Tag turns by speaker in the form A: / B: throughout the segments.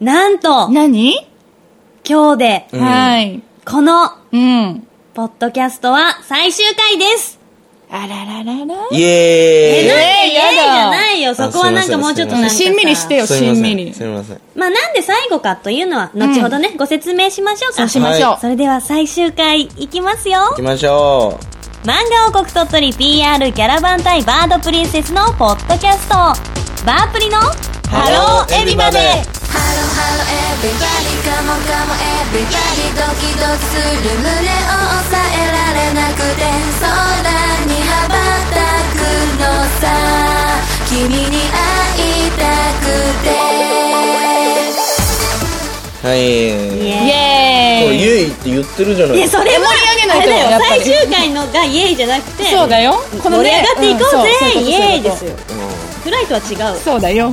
A: なんと、
B: 何
A: 今日で、
C: うん
B: はい。
A: この、
B: うん。
A: ポッドキャストは最終回です
B: あらららら。
C: イ
A: え、なん
C: エー
A: で、
C: イ
A: え
B: やだ
A: えじゃないよ。そこはなんかもうちょっとなんかさ
B: しんみりしてよ、
C: すみ
B: し
C: ま
B: ん
C: せ
B: みり
C: ん。す。みません。
A: まあなんで最後かというのは、後ほどね、ご説明しましょうか。
B: そうしましょう。
A: それでは最終回いきますよ。
C: 行きましょ
A: 漫画王国鳥取 PR キャラバン対バードプリンセスのポッドキャスト。バープリのハローエビバデー
D: Hello, hello, everybody, come on, come on, everybody ドキドキする胸を抑えられなくて空に羽ばたくのさ君に会いたくて
C: う。は
B: イ
C: い。
B: エ
C: そう
B: ーイ。
C: イエーイって言ってるじゃない
A: い
C: で
A: や、
C: すか。
A: それは、
B: 盛り上げないと
A: あれだよ
B: やっぱり
A: 最終回のがイエイじゃなくて、
B: そうだよ。
A: この盛り上がっていこうぜ、イエーイで。
B: ん
A: す
B: そうそうそういうこ
A: よ。フライとは違う
B: と。そうだよ。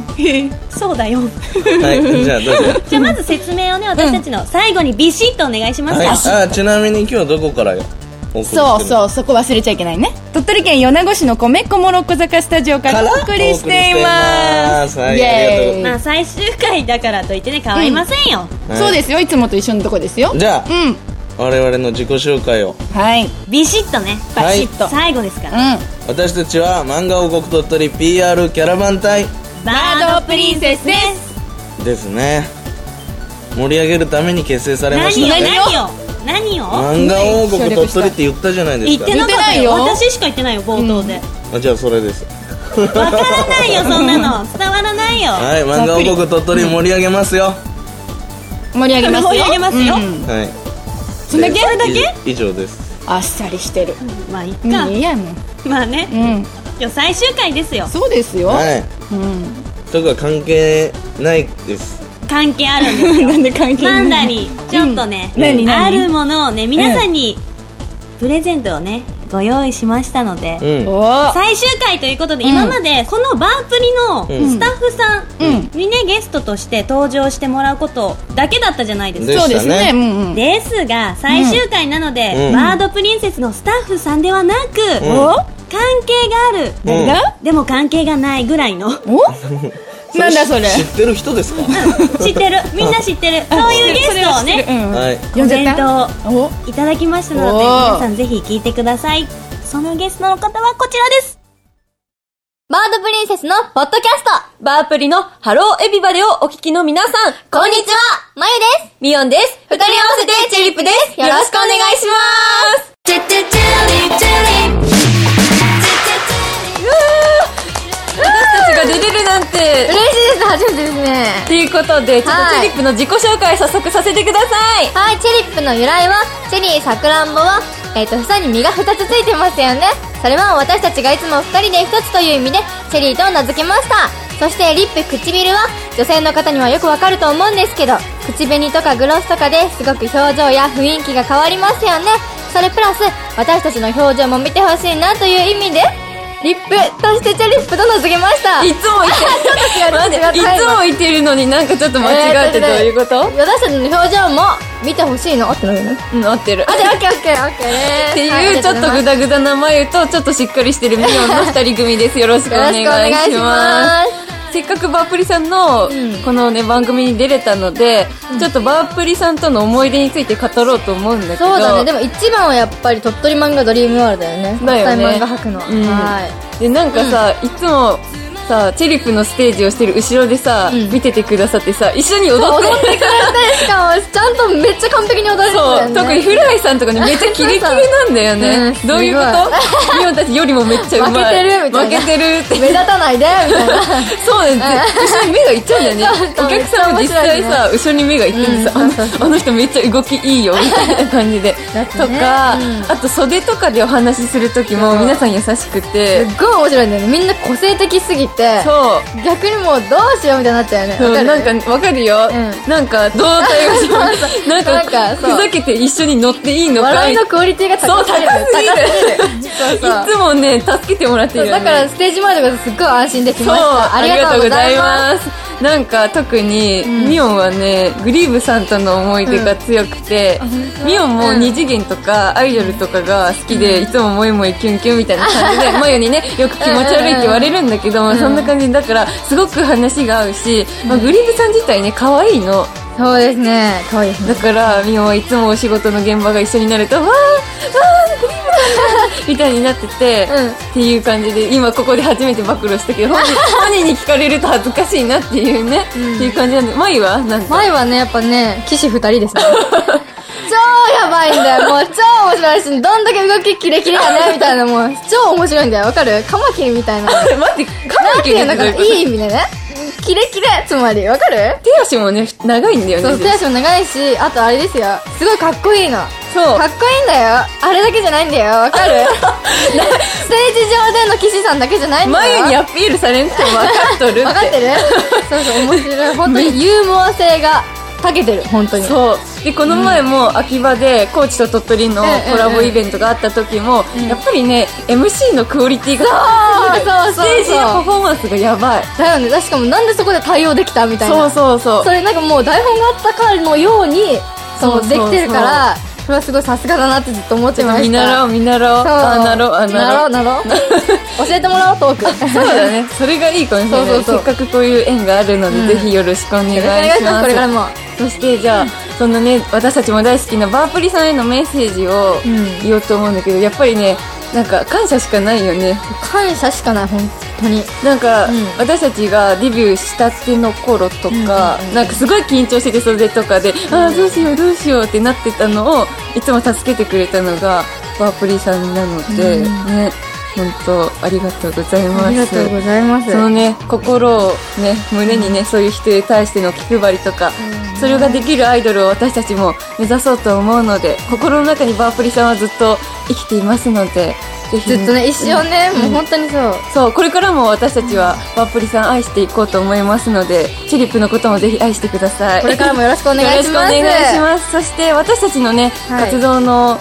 A: そうだよ。
C: はい、じゃあどうぞ。
A: じゃあまず説明をね、私たちの最後にビシッとお願いしますよ。
C: はい、あちなみに今日どこからお送りしてる
B: そう
C: う
B: そう、そこ忘れちゃいけないね。鳥取県米子市の米子モロッコ坂スタジオからお送りしています。
C: はい
B: イ
C: あり
B: エ
A: ま
B: ー
A: あ最終回だからといってね、変わりませんよ。
B: イ。そうですよ、いつもと一緒のとこですよ。
C: じゃあ
B: うん。
C: 我々の自己紹介を
B: はい。
A: ビシッとね。
B: バシッと。
A: 最後ですから。
B: う
C: 私たちは漫画王国鳥取 PR キャラバン隊
A: バ
B: ードプリンセスです
C: ですね盛り上げるために結成されま
A: 何
C: した
A: よ
C: ね
A: 何よ何よ
C: 漫画王国鳥取って言ったじゃないで
A: 言
C: す
A: っ
C: か
A: てなかったよ
B: 言ってないよ
A: 私しか言ってないよ冒頭でわ、
C: あじゃあそれです
A: からないよそんなの伝わらないよ
C: はい漫画王国鳥取盛り上げますよ、
B: ん。盛り上げますよ。
A: 盛り上げますよ
B: うん
C: はい
B: そんだけ
C: で
B: それだ
C: 以以上です
B: あっさりしてる。
A: まあいっか、
B: うんいいやもう。
A: まあね、
B: うん。
A: いや最終回ですよ
B: そうですよ。
C: はい
B: うん。
C: とか関係ないです
A: 関係あるんですよ
B: なんで関係な
A: ないんだにちょっとね、
B: うん何何
A: あるものをね皆さんにプレゼントをねご用意しましたので、
C: うん
B: おー
A: 最終回ということで、
B: うん
A: 今までこのバープリの
C: うん
A: スタッフさ
B: うん
A: んにね、ゲストとして登場してもらうことだけだったじゃないですか
C: でし
B: そうです
C: たね
B: ね。うんうん。
A: ですが最終回なので、
C: うん
A: バードプリンセスのスタッフさんではなく、
C: ん
A: お関係がある、
C: うん
B: 誰だ
A: でも関係がないぐらいの
B: おなんだそれ。
C: 知ってる人で すか
A: 知ってるみんな知ってるそういうゲストをね
B: ね。
C: はい
B: 呼んじゃっ
A: コメ
B: た。お
A: いただきましたので
B: おー
A: 皆さんぜひ聞いてくださいそのゲストの方はこちらです
E: バードプリンセスのポッドキャストバープリのハローエビバデをお聞きの皆さん、こんにちはまゆですみおんです二人合わせてチェリップですよろしくお願いします
D: チェチェチェリーチェリーチェチェチェリー
E: 私たちが出れるなんて
F: 嬉しいです初めてですね
E: っていうことで、ちょっとチ
F: はい
E: ェリップの自己紹介早速させてください
F: はいチェリップの由来はチェリーさくらんぼはえっ、と房に実が2つついてますよねそれは私たちがいつも2人で1つという意味でチェリーと名付けましたそしてリップ唇は女性の方にはよくわかると思うんですけど口紅とかグロスとかですごく表情や雰囲気が変わりますよねそれプラス私たちの表情も見てほしいなという意味でリップとしてチェリップと名付けました
E: いつも言ってる待っていつも言ってるのになんかちょっと間違ってどういうこと、
F: 私たちの表情も見てほしいの合ってないよね
E: うん合ってる
F: オッケーオッケーオッケーオッケー
E: っていうちょっとグダグダな眉とちょっとしっかりしてるミオンの二人組ですよろしくお
F: よろ
E: 願
F: しくお願
E: い
F: い
E: し
F: し
E: ます
F: ます
E: せっかくバープリさんのこのね番組に出れたので、ちょっとバープリさんとの思い出について語ろうと思うんだけど
F: そうだねでも一番はやっぱり鳥取漫画ドリームワールドだよね
E: だよね
F: 国際漫画博の、
E: うん
F: はい
E: でなんかさ、いつもさチェリップのステージをしてる後ろでさ、
F: ん
E: 見ててくださってさ一緒に踊って
F: 踊ってくれたりしかもちゃんとめっちゃ完璧に踊れてた
E: そ
F: よ
E: う、
F: ね
E: 特にフライさんとかね、めっちゃキレキレなんだよね。
F: うん
E: どういうことミオンたちよりもめっちゃうまい。
F: 負けてるみたいな
E: 負けてるって。
F: 目立たないでみたいな
E: そうだよね。後ろに目がいっちゃうんだよね。
F: そう
E: お客さんも実際
F: めっちゃ
E: さ、後ろに目がいっててさ、あのあの人めっちゃ動きいいよ、みたいな感 じで。とか、あと袖とかでお話しするときも皆さん優しくて。
F: すっごい面白いんだよねみんな個性的すぎて
E: そう。
F: 逆にもうどうしようみたいになっちゃうよね
E: そう
F: わかる
E: なんかわかるよ、
F: うん
E: なんかどう対応 しようなんか
F: なんかそう
E: ふざけて一緒に乗っていいのか
F: 笑いのクオリティが
E: そう
F: 高す
E: 高
F: ぎ
E: す
F: る
E: ぎる
F: そうそう
E: いつもね助けてもらって
F: そ
E: る
F: う
E: よ、ね、
F: だからステージ前とかすっごい安心でき
E: そう
F: ましたありがとうございます
E: ありがとうございますなんか特に、ミオンはねグリーブさんとの思い出が強くて、ミオンも二次元とかアイドルとかが好きで、いつもモイモイキュンキュンみたいな感 じでマヨにねよく気持ち悪いって言われるんだけど、そんな感じだからすごく話が合うし、まあ、グリーブさん自体ね可愛いの
F: そうですね。可愛いですね。
E: だからミオンはいつもお仕事の現場が一緒になるとわーわーグリーブさんだみたいになってて、
F: うん
E: っていう感じで今ここで初めて暴露したけど本 人本人に聞かれると恥ずかしいなっていうね、っていう感じなんでマイはなんか
F: 前はね、やっぱね、騎士二人 ですね。超やばいんだよ。もう超面白いし、どんだけ動きキレキレだね、みたいな。もう超面白いんだよ。わかるカマキリみたいな。な
E: 待ってカ
F: ん
E: マ
F: て
E: キリ
F: いう
E: っ
F: の
E: て
F: か
E: ど
F: ないいう
E: うこと
F: い意味でね。キレキレ、つまり。わかる
E: 手足もね長いんだよね
F: そう、手足も長いし、あとあれですよ。すごいかっこいいの。
E: そう
F: かっこいいんだよ。あれだけじゃないんだよ。わ かるステージ上での騎士さんだけじゃないんだよ。
E: 眉にアピールされんって分かっとるって
F: 分かってるそうそう面 白い本当にユーモア性が長けてる本当に
E: そうでこの前も秋葉で高知と鳥取のコラボイベントがあった時も、やっぱりね MC のクオリティが
F: そうそうそう
E: ステージのパフォーマンスがやばい
F: だよね確かもなんでそこで対応できたみたいな
E: そうそうそう
F: それなんかもう台本があったかのようにそ
E: そううそう
F: で
E: そう
F: きてるからそれはすごいさすがだなってずっと思ってました
E: 見習おう見習お
F: そ
E: う
F: う
E: ああなろうあなろう
F: なろうなろ う教えてもらおうトーク
E: そうだねそれがいいかもしれない
F: そうそうそう
E: せっかくこういう縁があるので、ぜひよろしくお願いし
F: お願いしますこれからも
E: そしてじゃあ、そんなね私たちも大好きなバープリさんへのメッセージを
F: ん
E: 言おうと思うんだけど、やっぱりねなんか感謝しかないよね
F: 感謝しかない本当に
E: なんか、
F: うん
E: 私たちがデビューしたての頃とか、なんかすごい緊張してて袖とかで、ああどうしようどうしようってなってたのをいつも助けてくれたのがバープリさんなので、ね本当ありがとうございます
F: ありがとうございます
E: そのね心をね胸にね、そういう人に対しての気配りとか、それができるアイドルを私たちも目指そうと思うので心の中にバープリさんはずっと生きていますのでぜひ、
F: ずっとね一生ねもう本当にそう
E: そうこれからも私たちはバープリさん愛していこうと思いますのでチェリップのこともぜひ愛してください
F: これからもよろしくお
E: よ
F: 願
E: ろ
F: い
E: し
F: し
E: くお
F: ます
E: 願いしますそして私たちのね、
F: はい
E: 活動の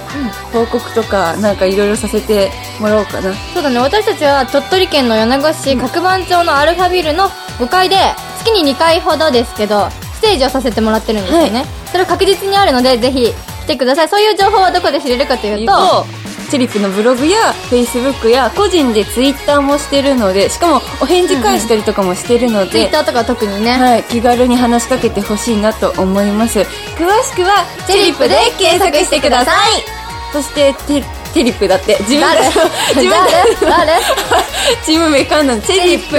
E: 報告とかなんかいろいろさせてもらおうかな
F: そうだね、私たちは鳥取県の米子市角番町のアルファビルの5階で、月に2回ほどですけど、ステージをさせてもらってるんですよね。それは確実にあるので、ぜひ来てください。そういう情報はどこで知れるかというと、
E: とチェリップのブログやフェイスブックや個人でツイッターもしてるのでしかもお返事返したりとかもしてるので、
F: Twitter とか特にね、
E: はい、気軽に話しかけてほしいなと思います詳しくはチェリップで検索してくださ いそしてテテリップだって自分
F: 誰
E: で 自分で
F: 誰 誰
E: チーム名カンナのチェリップ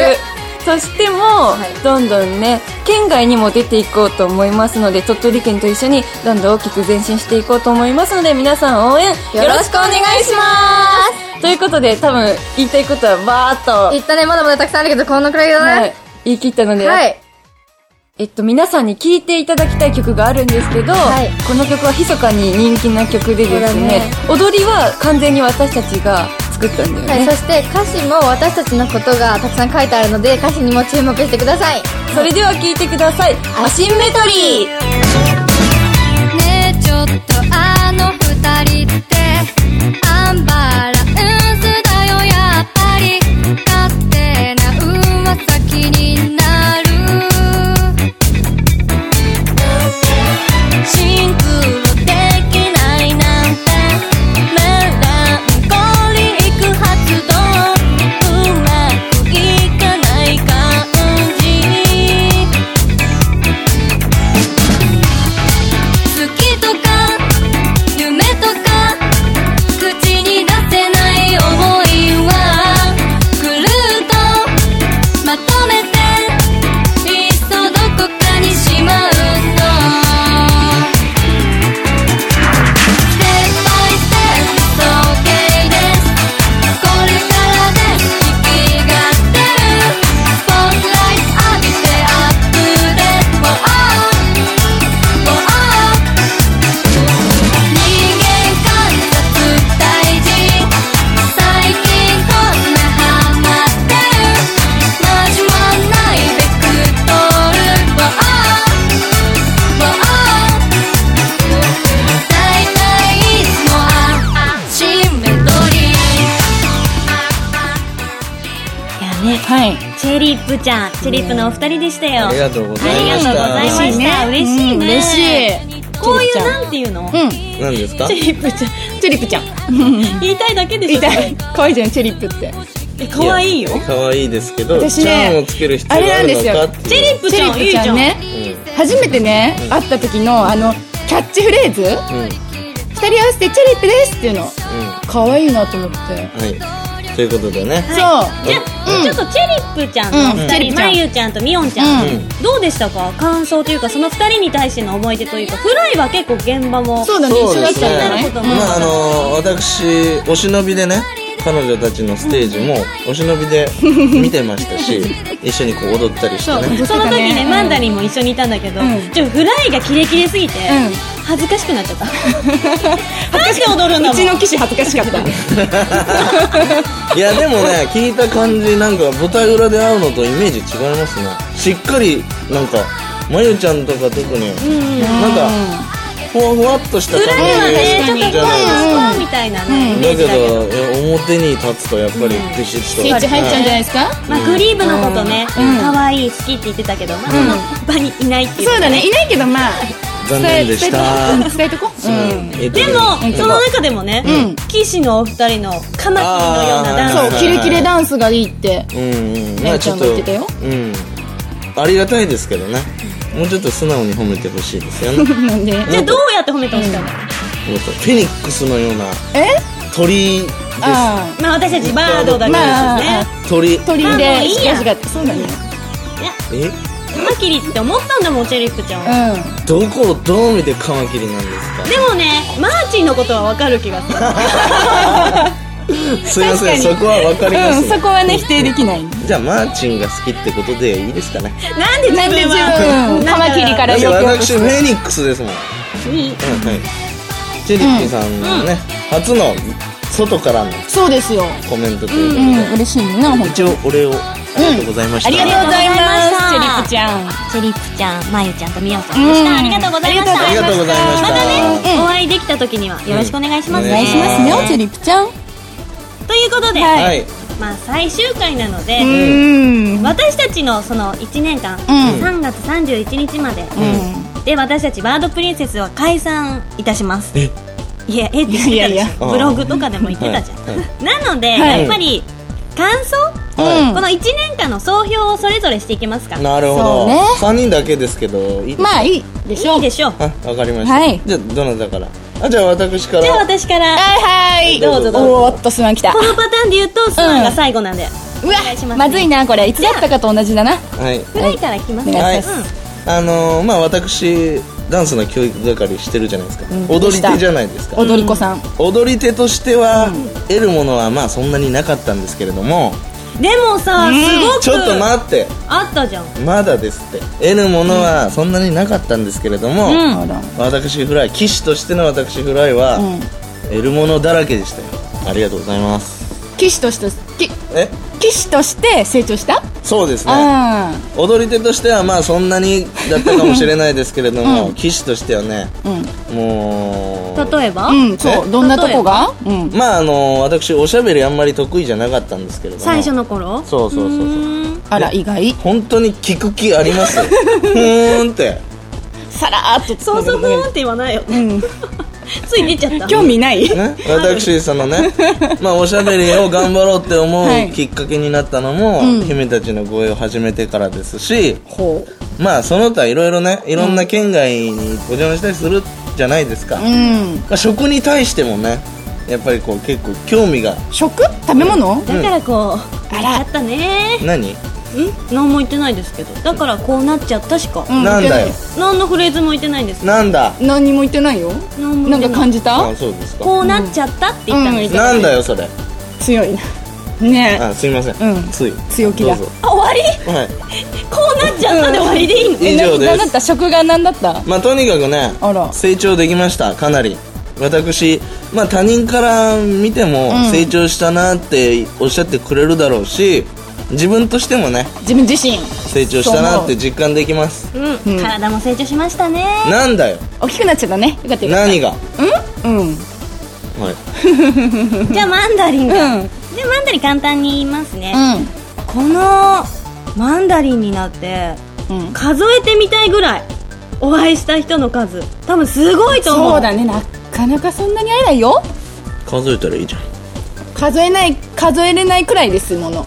E: そしてもう、どんどんね県外にも出ていこうと思いますので鳥取県と一緒にどんどん大きく前進していこうと思いますので皆さん応援よろしくお願いしますということで多分言いたいことはバーっと、
F: 言ったね、まだまだたくさんあるけど、このくらいだ
E: は
F: ね。
E: い、言い切ったので、
F: はい。
E: えっと、皆さんに聴いていただきたい曲があるんですけど、
F: はい
E: この曲は密かに人気な曲でですね踊りは完全に私たちが作ったんだよね、
F: はい、そして歌詞も私たちのことがたくさん書いてあるので、歌詞にも注目してください。
E: それでは聴いてください「アシンメトリー」
D: ねえちょっとあの二人ってアンバランスだよやっぱり勝手な噂気になるシンクロできないなんてメランコリック発動うまくいかない感じ好きとか夢とか
A: ップちゃん、チェリップのお二人でしたよ。あ
C: あり
A: りが
C: が
A: と
C: とう
A: う
C: ご
A: ご
C: ざいまし
A: ざいま
C: た。
A: した。嬉しいね。
B: 嬉しい。
A: こういう、なんていうの
B: うん。
C: 何ですか
A: チェリップちゃん。
B: チュリップちゃん。
A: 言いたいだけでしょ。
B: 痛い。可愛いじゃん、チュリップって。
A: え可愛いよ。
C: 可愛いですけど、
B: 私
C: ちゃん
B: ね
C: をつける必
B: あ
C: 要
B: れ
C: が
B: な
C: あ
B: ん
C: る
B: です
C: のか
B: よ
C: っていう。
A: チェリップ
B: チ
A: ち
B: ェリ
A: ゃ
B: ッ
A: ん、
B: プ
A: いい
B: ち
A: じ
B: ゃ
A: ゃ
B: ん
A: ん。
B: ね。初めてね、会った時の、あの、キャッチフレーズ
C: うん。うん。うん。
B: 二人合わせてチェリップですっていうの。可愛いなと思って。
C: はい。ということでね。
B: そう。
A: じゃあ、
B: うん
A: ちょっとチェリップちゃんのお
B: うん
A: 二
B: チェリッ
A: 人、
B: プちゃん
A: まゆちゃんとみおんちゃん、
B: うん
A: どうでしたか感想というか、その二人に対しての思い出というか、フライは結構現場も。
B: そうだね、
C: そ
B: 一緒
C: うで
B: だっ
C: す
B: たんじゃない
A: 一
C: ね
A: 緒だった。んじゃない
C: まああの私お忍びでね。彼女たちのステージもお忍びで見てました し一緒にこう踊ったりし
B: そう
C: てね
A: その時ね、
B: うん
A: マンダリンも一緒にいたんだけど、
B: うん
A: ちょっとフライがキレキレすぎて、
B: ん
A: 恥ずかしくなっ ちゃったなんで踊るんだ
B: う
A: もん
B: ちの騎士恥ずかしかった。
C: いやでもね聞いた感じなんか舞台裏で会うのとイメージ違いますねしっかりなんかまゆちゃんとか特になんかふわふわっとした感
A: 裏ではね、ちょっ
C: じ
A: と
C: じゃないですか
A: こう、みたいなね、イメ
C: だ
A: ージだけど。
C: けどいや表に立つとやっぱりビシッと、
B: スイッチ入っちゃうんじゃない
C: い
B: ですか
A: まあ、グリーブのことね、可愛い好きって言ってたけど、まあ、その場にいないっていう。
B: そうだね、いないけどまあ、
C: 残念でした
B: 伝え伝えとこう。うん。
C: えっと
A: で
C: ね
A: も、
C: うん
A: その中でもね、
B: うん
A: 騎士のお二人のカマキリのようなダンス
B: そう、
C: はい
B: キレキレダンスがいいって。
C: うんうん
B: まゆちゃんも言ってたよ
C: うんありがたいですけどねもうちょっと素直に褒めてほしいで すよねもっ
B: なんで
A: じゃあどうやって褒めてほしかったの、
C: とフェニックスのような
B: え
C: 鳥です
B: あ
A: まあ私たちバードだけ
B: ま
A: で
B: あ
A: す
C: 鳥
B: あ、鳥
A: まあもう
B: で、
A: いいや
B: しかしがそうだね。
C: え
A: しねカマキリって思ったんだもんチェリックちゃんは、
B: うん。
C: どこをどう見てカマキリなんです
A: でもねマーチンのことはわかる気がする
C: かすいませんそこはわかりま
B: う
C: す、
B: ん、そこはね、否定できない。
C: じゃあマーチンが好きってことでいいですかね
A: なんで自
B: なんで
A: 分
B: 自
A: は
B: 分、カマキリか
C: だ
B: ら
C: って
B: よく
C: 私フェニックスですもん
A: いい
C: うんはいチェリッピーさんのね、初の外からの
B: そうですよ。
C: コメントという
B: うん、
C: ことで、
B: 嬉しいね、ほん
C: 一応お礼をありがとうございました、
A: ありがとうございました
B: チェリップちゃん。
A: チェリップちゃんまゆちゃんとみおちゃんでした、
B: うん
A: ありがとうございました
C: ありがとうございました
A: またね、
B: うん
A: お会いできた時にはよろしくお願いします、
C: うん
B: お願いしますね
C: うん、
B: チェリップちゃん。う
A: ということで、
B: はい
C: はい
A: まあ最終回なので、
B: ん。
A: 私たちのその1年間、
B: ん
A: 3月31日まで、で私たちワードプリンセスは解散いたします
C: え
A: いやえって言ってたでしょ
B: いやいやいや
A: ブログとかでも言ってたじゃん、
C: はいは
A: なので、
B: はい
A: やっぱり感想、
C: はい
B: うん
A: この1年間の総評をそれぞれしていきますか
C: なるほ
B: そ
C: ど、
B: うね
C: 3人だけですけどいいです
B: まあ、いいでしょ。
A: いういでしょう
C: あわかりました、
B: はい
C: じゃあどなたからあじゃあ私から
A: じゃあ私から
B: はい
C: どうぞどうぞ
B: おーっと、スワン来た。
A: このパターンで言うとスワンが最後なんで、
B: うわ
A: お願いします
B: まずいな、これ。いつだったかと同じだな。
C: はい
A: 古いからいきます
B: お
A: ね、
B: 願
C: はい、あのーまあ私ダンスの教育係してるじゃないですか、
B: ん
C: 踊り手じゃないですか
B: 踊り子さん。
C: 踊り手としては、得るものはまあそんなになかったんですけれども
A: うんでもさ、すごく
C: ちょっと待って
A: あったじゃん
C: まだですって得るものはそんなになかったんですけれども、
A: うん
B: ほら
C: 私フライ騎士としての私フライは、
B: うん
C: 得るものだらけでしたよありがとうございます
B: 騎士として、き
C: え
B: 騎士として成長した
C: そうですね
B: あ
C: 踊り手としてはまあそんなにだったかもしれないですけれども、
B: うん
C: 騎士としてはね
B: あ。うん。
C: もう
A: 例えば、
B: うん、そう。どんなとこがうん。
C: まああの私おしゃべりあんまり得意じゃなかったんですけれども
A: 最初の頃
C: そうそうそうそう
B: あら、意外。
C: 本当に聞く気ありますふーんって
B: さらーっと。
A: そうそうふーんって言わないよね、
B: ん
A: つい出ちゃった
B: 興味ない
C: ね、私そのね、まあ、おしゃべりを頑張ろうって思
B: はいう
C: きっかけになったのも、
B: うん
C: 姫たちの護衛を始めてからですし
B: ほう。
C: まあその他いろいろねいろんな県外にお邪魔したりするじゃないですか、ま
B: うん。
C: あ、食に対してもねやっぱりこう結構興味が
B: 食食べ物
A: だからこう、
B: あ
A: あ
B: ら
A: っちゃったね
C: 何、
A: ん何も言ってないですけどだからこうなっちゃったしか、
B: うん
C: なんだよ
A: 何のフレーズも言ってないんです
C: なんだ
B: 何にも言ってないよ。
A: 何も
B: な
A: 言って
B: んか
A: ない
B: 感じた
C: あそうですか
A: こうなっちゃったって言ったのに、
B: う
C: なんだよそれ
B: 強いな。ね
C: あすいません、
B: うん
C: つい
B: 強気だ
C: どうぞ
A: あ終わり
C: はい
A: こうなっちゃったで終わりでいいの
B: え。
C: 以上
B: な
C: で
B: なんだっ
C: す
B: た食が何だった
C: まあとにかくね
B: あら
C: 成長できましたかなり私、まあ、他人から見ても
B: ん
C: 成長したなっておっしゃってくれるだろうし、自分としてもね
B: 自分自身。
C: 成長したなって実感できます
A: うん、体も成長しましたね
C: なんだよ
B: 大きくなっちゃったね。よかったよかっ
C: 何が、
B: た。うん。
C: はい、
A: じゃあマンダリン
B: う
A: が、
B: ん。
A: じゃあマンダリン簡単に言いますね、
B: うん。
A: このマンダリンになって、数えてみたいぐらいお会いした人の数多分すごいと思う
B: そうだねなかなかそんなに会えないよ
C: 数えたらいいじゃん
B: 数えない数えれないくらいですもの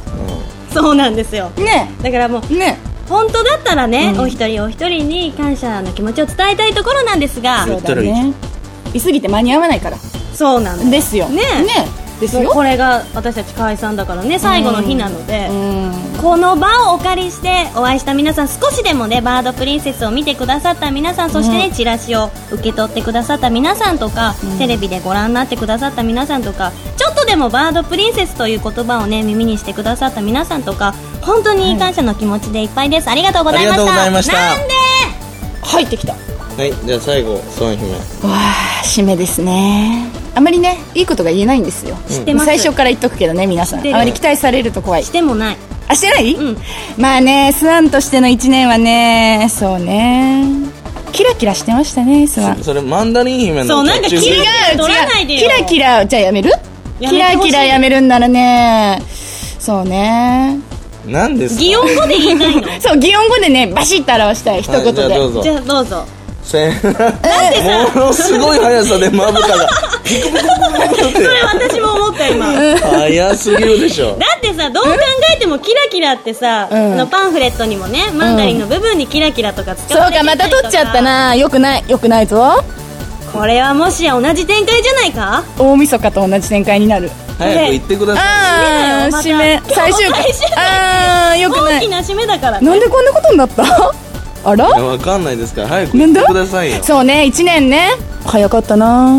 A: そうなんですよ
B: ね
A: だからもう
B: えね
A: 本当だったらね、お一人お一人に感謝の気持ちを伝えたいところなんですが
B: えそう
C: 言った
B: だ
C: らいいじゃん
B: ねいすぎて間に合わないから
A: そうなんです
B: ですよ
A: ねえ
B: ねえですよ
A: これが私たち解散だからね最後の日なので、
B: うん
A: この場をお借りしてお会いした皆さん少しでもねバードプリンセスを見てくださった皆さんそしてね、チラシを受け取ってくださった皆さんとか、テレビでご覧になってくださった皆さんとかちょっとでもバードプリンセスという言葉をね耳にしてくださった皆さんとか本当に感謝の気持ちでいっぱいです、ありがとうございました
C: ありがとうございました
A: なんで
B: 入ってきたわ
C: はいじゃあ最後ソン姫
B: あ締めですねあまりねいいことが言えないんですよ
A: 知ってます
B: 最初から言っとくけどね皆さ
A: 知って
B: ん
A: る
B: あまり期待されると怖い
A: してもない
B: あしてない、
A: うん
B: まあねスワンとしての1年はねそうねキラキラしてましたねスワン
C: そそれマンダリン姫の
A: そうなんか
C: 途中
A: キラ
B: 違う違う
A: 取らないでよ
B: キラキラじゃあやめる
A: やめてほしい
B: キラキラやめるんならねそうね
C: なんですか
A: 擬音語で言いたい の
B: そう擬音語でねバシッと表したい一言で、
C: はいじゃあどうぞ
A: じゃあどうぞ
C: せーのものすごい速さでまぶたがピクピクピクピク
A: それ
C: っ
A: 私も思った 今
C: て速すぎるでしょ
A: だってさどう考えてもキラキラってさ、
B: ん
A: あのパンフレットにもねマンダリンの部分にキラキラとか使って
B: そうかまた取っちゃったなよくないよくないぞ
A: これはもしや同じ展開じゃないか
B: 大晦日と同じ展開になる
C: 早く行ってください
B: ああ
A: 締め
B: 締め
A: だよまた
B: 最終
A: 今日 最終回
B: 回ああよくな
A: 大
B: い
A: きな締めだから
B: なんでこんなことになった あら
C: いやわかんないですから早く
B: なん
C: 行っ
B: だ
C: てくださいよ
B: そうね1年ね早かったな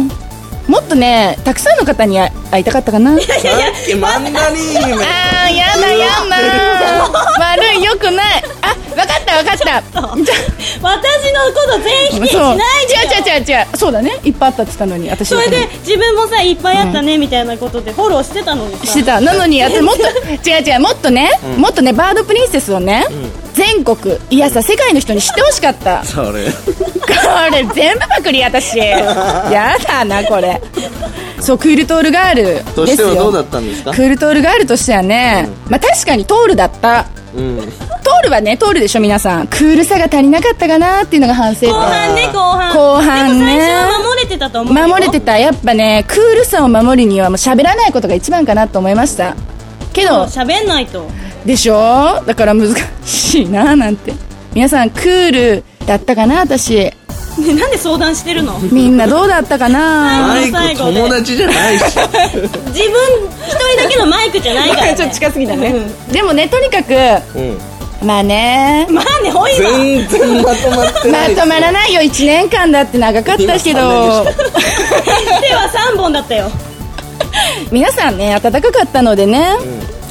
B: もっとねたくさんの方に会会いたかった かな
C: さっきマンダリン姫
B: あーやだやだ 悪いよくないあわかったわかったじゃ
A: 私のこと全否定し
B: そう違う
A: ないでよ
B: 違う違う違うそうだねいっぱいあったって言ったのに私
A: それで自分もさいっぱいあったねみたいなことでフォローしてたのにさ
B: してたなのに私もっ と違う違うもっとね、もっとねバードプリンセスをね、全国いやさ世界の人に知ってほしかったこ
C: それ
B: れ全部パクリ 私やだなこれそうクールトールガールですよ
C: としてはどうだったんですか
B: クールトールガールとしてはね、まあ確かにトールだった
C: うん
B: トールはねトールでしょ皆さんクールさが足りなかったかなっていうのが反省
A: 後半ね後半
B: 後半ね
A: でも最初は守れてたと思うよ
B: 守れてたやっぱねクールさを守るにはもう喋らないことが一番かなと思いましたけど
A: 喋んないと
B: でしょだから難しいななんて皆さんクールだったかな私
A: ねなんで相談してるの自
B: みんなどうだったかな
C: マイク友達じゃないし
A: 分一人だけのマイクじゃない から、ね、
B: 近すぎたねでもねとにかく
C: うん
B: ま あね
A: まあねほい は
C: 全然まとまってな
B: ま
C: い
B: とまらないよ1年間だって長かったけど
C: 今
A: 手は3本だったよ
B: 皆さんね暖かかったのでね、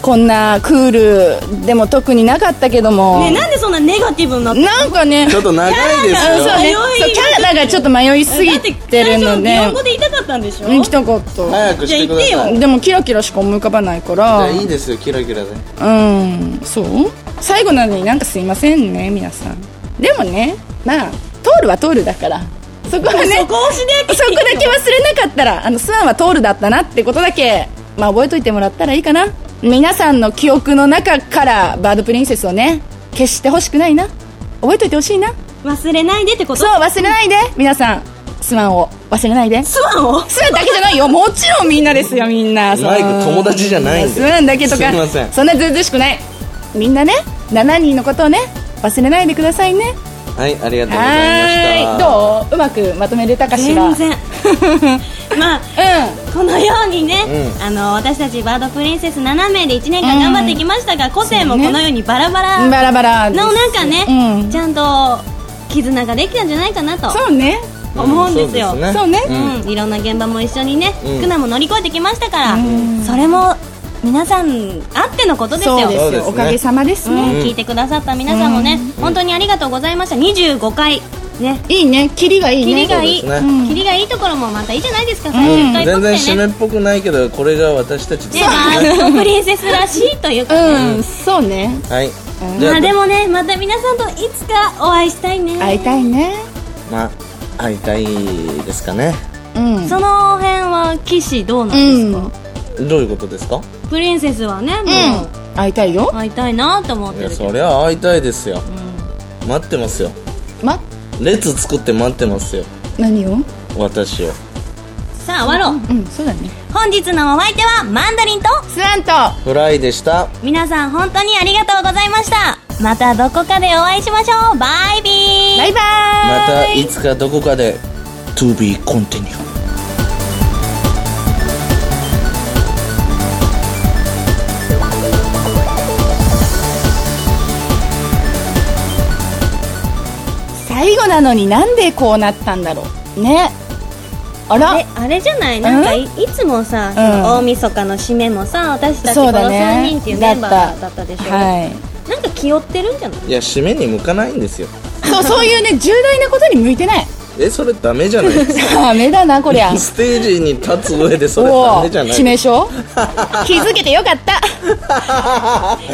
B: こんなクールでも特になかったけども、
A: ねなんでそんなネガティブになって
B: なんかね
C: ちょっと長いで
B: あ
C: す
B: の
C: よ
B: そうね
A: 迷い
B: そうキャラがちょっと迷いすぎてるの
A: だって最初日
B: で
A: 本語で言いたかったんでしょ
B: うん来たかった
C: 早くしてくだ
A: じゃあ行っ
C: さ
A: て
C: い
B: でもキラキラしか思い浮かばないか
C: じゃ
B: ら
C: あいいですよキラキラで
B: うんそう最後なのになんかすいませんね皆さんでもねまあトールはトールだからそこはね
A: そこ押しで
B: そこだけ忘れなかったらあのスワンはトールだったなってことだけ、まあ、覚えといてもらったらいいかな皆さんの記憶の中からバードプリンセスをね消してほしくないな覚えといてほしいな
A: 忘れないでってこと
B: そう忘れないで皆さ んスワンを忘れないで
A: スワンを
B: スワンだけじゃないよもちろんみんなですよみんな
C: マイク友達じゃないん
B: ス
C: で
B: ワンだけとか
C: すいません
B: そんなずうずうしくないみんなね7人のことをね忘れないでくださいね
C: はいありがとうございま
B: はー
C: した
B: いどううまくまとめれたかしら
A: 全然 まあ
B: うん
A: このようにね、
C: うん
A: あの私たちバードプリンセス7名で1年間頑張ってきましたが、個性もこのようにバラバラ
B: バ
A: な
B: ラバラです
A: おなんかね、
B: うん
A: ちゃんと絆ができたんじゃないかなと
B: そうね
A: 思うんですよ、
C: そう
B: そうね
A: うん、いろんな現場も一緒にね、
C: うん
A: 苦難も乗り越えてきましたから、それも皆さんあってのことですよ。
C: すそうね
B: おかげさまですね
A: ね聞いてくださった皆さんもね、本当にありがとうございました。25回ね、
B: いいねキリがいい
A: キ
B: ね
A: リがいい、
C: そうですね
A: うんキリがいいところもまたいいじゃないですか。最終回撮
C: 全
A: って
C: 然締め
A: ね。
C: っぽくないけどこれが私たちで
A: です
C: からね
A: バードプリンセスらしいというか、
B: うんそうね
C: はいじ
A: ま
C: ゃ
A: あ
C: あ
A: でもね、また皆さんといつかお会いしたいね。
B: 会いたいね
C: まあ会いたいですかね
B: うん
A: その辺は騎士どうなん
B: う
A: ですか、
B: ん
C: どういうことですか
A: プリンセスはね、もう、
B: 会いたいよ
A: 会いたいなと思っ
C: い
A: て
C: や
A: るけど
C: そりゃ会いたいですよ、待ってますよ
B: ま
C: 列作って待ってますよ
B: 何を
C: 私を
A: さあ終わろう、
B: うんそうだね
A: 本日のお相手はマンダリンと
B: スワンと
C: フライでした
A: 皆さん本当にありがとうございましたまたどこかでお会いしましょうバイビー
B: バイバーイ
C: またいつかどこかで To be continued
B: 最後なのになんでこうなったんだろうねあら
A: えあれじゃないなんかいいつもさ、その大晦日の締めもさ私たちこ
B: そ
A: の
B: うだね
A: 3人っていうメンバーだったでしょ、
B: はい
A: なんか気負ってるんじゃない
C: いや締めに向かないんですよ
B: そうそういうね重大なことに向いてない
C: えそれダメじゃないですか
B: ダメだなこり ゃ
C: ステージに立つ上でそれ
B: お
C: ダ
B: お
C: メじゃない
B: 致命傷 気づけてよかった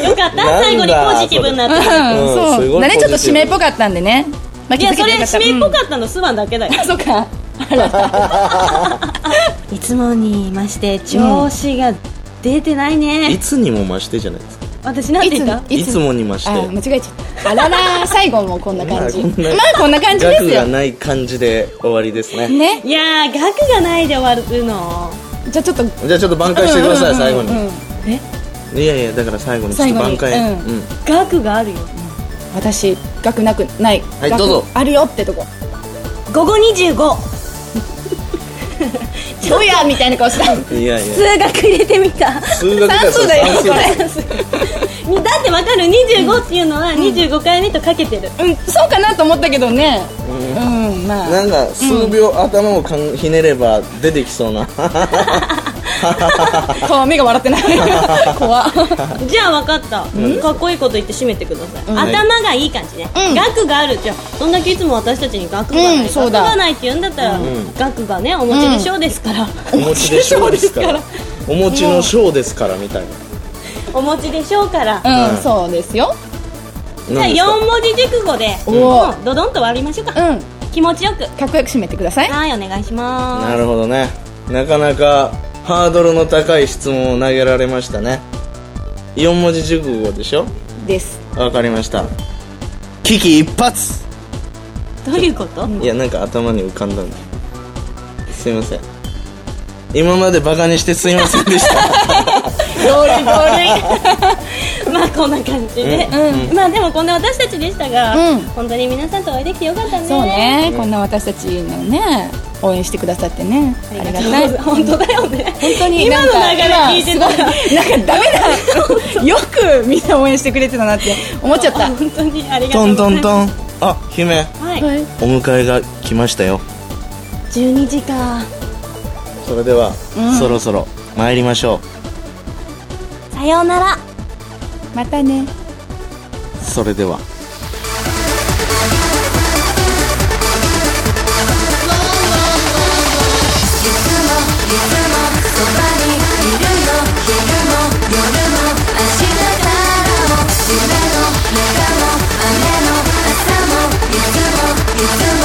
A: よかった
C: なんだ
A: 最後にポジティブにな っ
B: う
A: た
B: ん
C: うん
B: そ
C: すご
B: う
C: い
B: だねちょっと
C: ポジテ
B: 締
C: ィブ
B: めっぽかったんでねまあ
A: いやそれ
B: 気づ
A: 締
B: けて
A: めっ
B: よ
A: ぽ
B: か
A: かったのスワンだけだよ
B: ったうんそっかあら
A: いつもにまして調子が出てないね、
C: いつにも増してじゃないですか
A: 私なんて言った
C: いつもに増して
B: あ間違えちゃったあらら 最後もこんな感じま
C: まあこんな
B: あこんな感じです
C: 額が
B: よ
C: ない感じで終わりですね
B: ね
A: いやー額がないで終わるの
B: じゃあちょっと
C: じゃあちょっと挽回してください最後に
B: うんうん
C: いやいやだから最後にちょっと挽回
B: 最後に
C: うん
A: 額があるよ
B: 私額なくない
C: はい
B: 額
C: どうぞ
B: あるよってとこ
A: 午後25
B: どうやみたいな顔した
C: いやいや
A: 数学入れてみただ
C: 数学
B: 算数だよこれ
A: ってわかる25っていうのは25回目とかけてる
B: うんそうかなと思ったけどねうんまあ
C: なんか数秒頭をかんひねれば出てきそうな
B: 顔目が笑ってない怖っ
A: じゃあ分かったかっこいいこと言って締めてください、
C: ん
A: 頭がいい感じね、
B: うん
A: 額があるじゃあどんだけいつも私たちに額がない、
B: うんそ
A: 額
B: うだ
A: がないって言うんだったら、
C: ん
A: 額がねお持ちでしょうですから、
C: お持ちでしょうですからお持ちの賞ですからみたいな
A: お持ちでしょうから、
B: うんそうですよ
A: じゃあ
C: 何ですか
A: 4文字熟語で
B: お
A: も
B: お
A: うドドンと割りましょう
B: う
A: か、
B: ん
A: 気持ちよく
B: かっこよく締めてください
A: はいお願いしま
C: なるほどねなかなかハードルの高い質問を投げられましたね4文字熟語でしょ
B: です
C: わかりました危機一髪
A: すどういうこと、
C: いやなんか頭に浮かんだんだすいません今までバカにしてすいませんでした
B: 同類同類
A: まあこんな感じで、まあでもこんな私たちでしたが、
B: うん
A: 本当に皆さんとお会いできてよかったね
B: そうねこんな私たちのね応援してくださってねありがたい
A: 本当だよね
B: 本当に
A: 今の
B: なん
A: 流れ
B: か
A: 聞いてたら
B: 今すごいなんかダメだ よくみんな応援してくれてたなって思っちゃった
A: 本当にありがと
C: ト
A: うご
C: ン
A: ざ
C: ト
A: い
C: ン
A: ます
C: トンあ姫
A: はい
C: お迎えが来ましたよ
A: 12時か
C: それでは、そろそろ参りましょ
A: さようなら
B: またね
C: うそれでは
D: 「いつもいつも